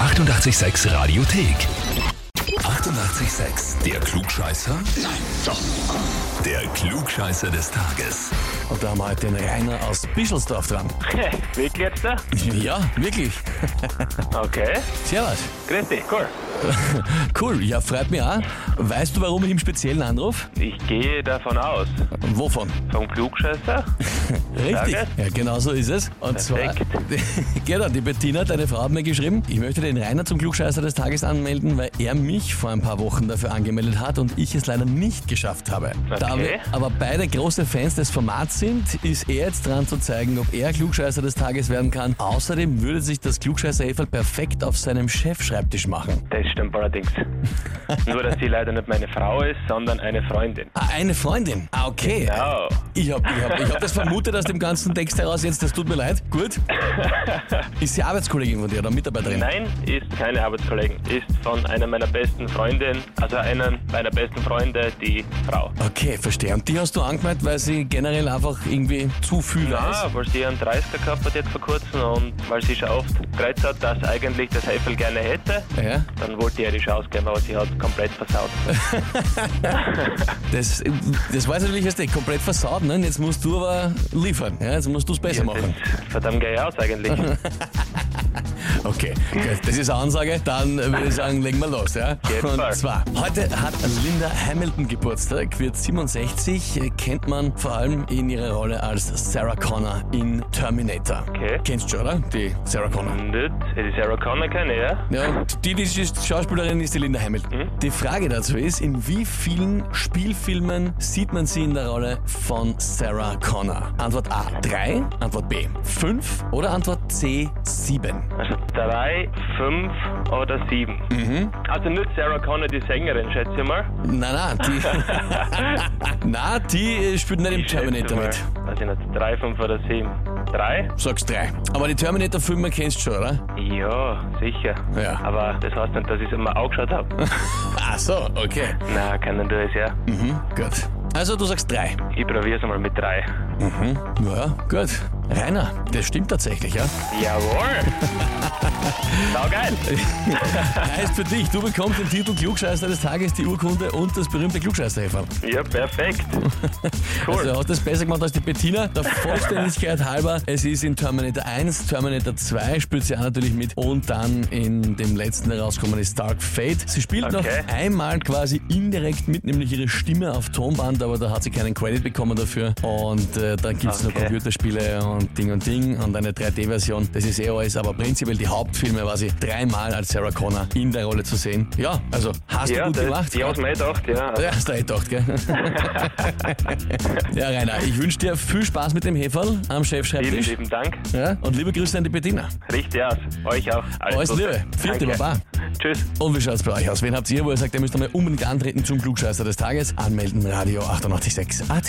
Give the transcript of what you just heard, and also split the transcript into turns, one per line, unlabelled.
886 Radiothek. 88,6. Der Klugscheißer? Nein, doch. Der Klugscheißer des Tages.
Und da haben wir heute den Rainer aus Bischelsdorf dran.
Wirklich jetzt da?
Ja, wirklich.
Okay.
Servus.
Grüß dich, cool.
Cool, ja, freut mich auch. Weißt du, warum ich im Speziellen anrufe?
Ich gehe davon aus,
Wovon?
vom Klugscheißer,
Richtig.
Danke.
Ja, genau so ist es. Und zwar, genau, die Bettina, deine Frau, hat mir geschrieben, ich möchte den Rainer zum Klugscheißer des Tages anmelden, weil er mich vor ein paar Wochen dafür angemeldet hat und ich es leider nicht geschafft habe. Da
Okay.
wir aber beide große Fans des Formats sind, ist er jetzt dran zu zeigen, ob er Klugscheißer des Tages werden kann. Außerdem würde sich das klugscheißer perfekt auf seinem Chefschreibtisch machen.
das stimmt allerdings. Nur, dass sie leider nicht meine Frau ist, sondern eine Freundin.
Ah, eine Freundin. Ah, okay.
Genau.
Ich habe ich hab, ich hab das vermutet aus dem ganzen Text heraus jetzt, das tut mir leid. Gut. Ist sie Arbeitskollegin von dir oder Mitarbeiterin?
Nein, ist keine Arbeitskollegen, ist von einer meiner besten Freundinnen, also einer meiner besten Freunde, die Frau.
Okay, verstehe. Und die hast du angemeldet, weil sie generell einfach irgendwie zu viel weiß?
Ja, Ah, weil sie ihren 30er gehabt hat jetzt vor kurzem und weil sie schon oft geredet hat, dass eigentlich das Heifel gerne hätte,
Ja.
dann wollte ich ihr die Chance geben, aber sie hat komplett versaut.
Das, das war jetzt natürlich jetzt nicht komplett versaut, ne? Jetzt musst du aber liefern. Ja, jetzt musst du es besser machen.
Das verdammt geil aus eigentlich.
Okay, gut. das ist eine Ansage. Dann würde ich sagen, legen wir los. Ja?
Geht
Und
voll.
zwar, heute hat Linda Hamilton Geburtstag, wird 67, äh, kennt man vor allem in ihrer Rolle als Sarah Connor in Terminator.
Okay.
Kennst du, schon, oder? Die Sarah Connor.
Nicht? Es ist Sarah Connor keine, ja?
Ja, die, die Schauspielerin ist die Linda Hamilton.
Mhm.
Die Frage dazu ist, in wie vielen Spielfilmen sieht man sie in der Rolle von Sarah Connor? Antwort A, 3, Antwort B, 5 oder Antwort C, 7?
Also drei, fünf oder sieben.
Mhm.
Also nicht Sarah Connor, die Sängerin, schätze ich mal.
Na, na, die. na, die äh, spielt nicht im
Ich schätze
Terminator
mal,
mit.
Weiß ich nicht, drei, fünf oder sieben. Drei?
Sagst drei. Aber die Terminator-Filme kennst du schon, oder?
Ja, sicher.
Ja.
Aber das heißt nicht, dass ich es immer angeschaut habe.
Ach so, okay.
Na, kennen du es ja.
Mhm, gut. Also, du sagst drei.
Ich probiere es einmal mit drei.
Ja, gut. Rainer, das stimmt tatsächlich, ja?
Jawohl! Saugeil!
Heißt für dich, du bekommst den Titel Klugscheißer des Tages, die Urkunde und das berühmte Klugscheißerhefern.
Ja, perfekt. Cool.
Also hast das besser gemacht als die Bettina. Der Vollständigkeit halber, es ist in Terminator 1, Terminator 2 spielt sie auch natürlich mit und dann in dem letzten herauskommen ist Dark Fate. Sie spielt
Okay.
noch einmal quasi indirekt mit, nämlich ihre Stimme auf Tonband, aber da hat sie keinen Credit bekommen dafür. Und äh, dann gibt es noch
Okay.
Computerspiele und Ding und Ding und eine 3D-Version. Das ist eh alles, aber prinzipiell die Hauptfilme war sie dreimal als Sarah Connor in der Rolle zu sehen. Ja, also hast du
ja,
gut
das,
gemacht.
ja, hab's mir eh gedacht, ja.
Ja, hast du eh gedacht, gell? ja, Rainer, ich wünsche dir viel Spaß mit dem Heferl am
Vielen
Chefschreibtisch.
lieben Dank.
Ja, und liebe Grüße an die Bettina.
Richtig aus. Euch auch. Alles,
Alles
Gute.
Liebe. Vierte
Danke.
Baba.
Tschüss.
Und wie schaut's bei euch aus? Wen habt ihr, wo ihr sagt, ihr müsst einmal unbedingt antreten zum Klugscheißer des Tages? Anmelden, Radio 886 AT.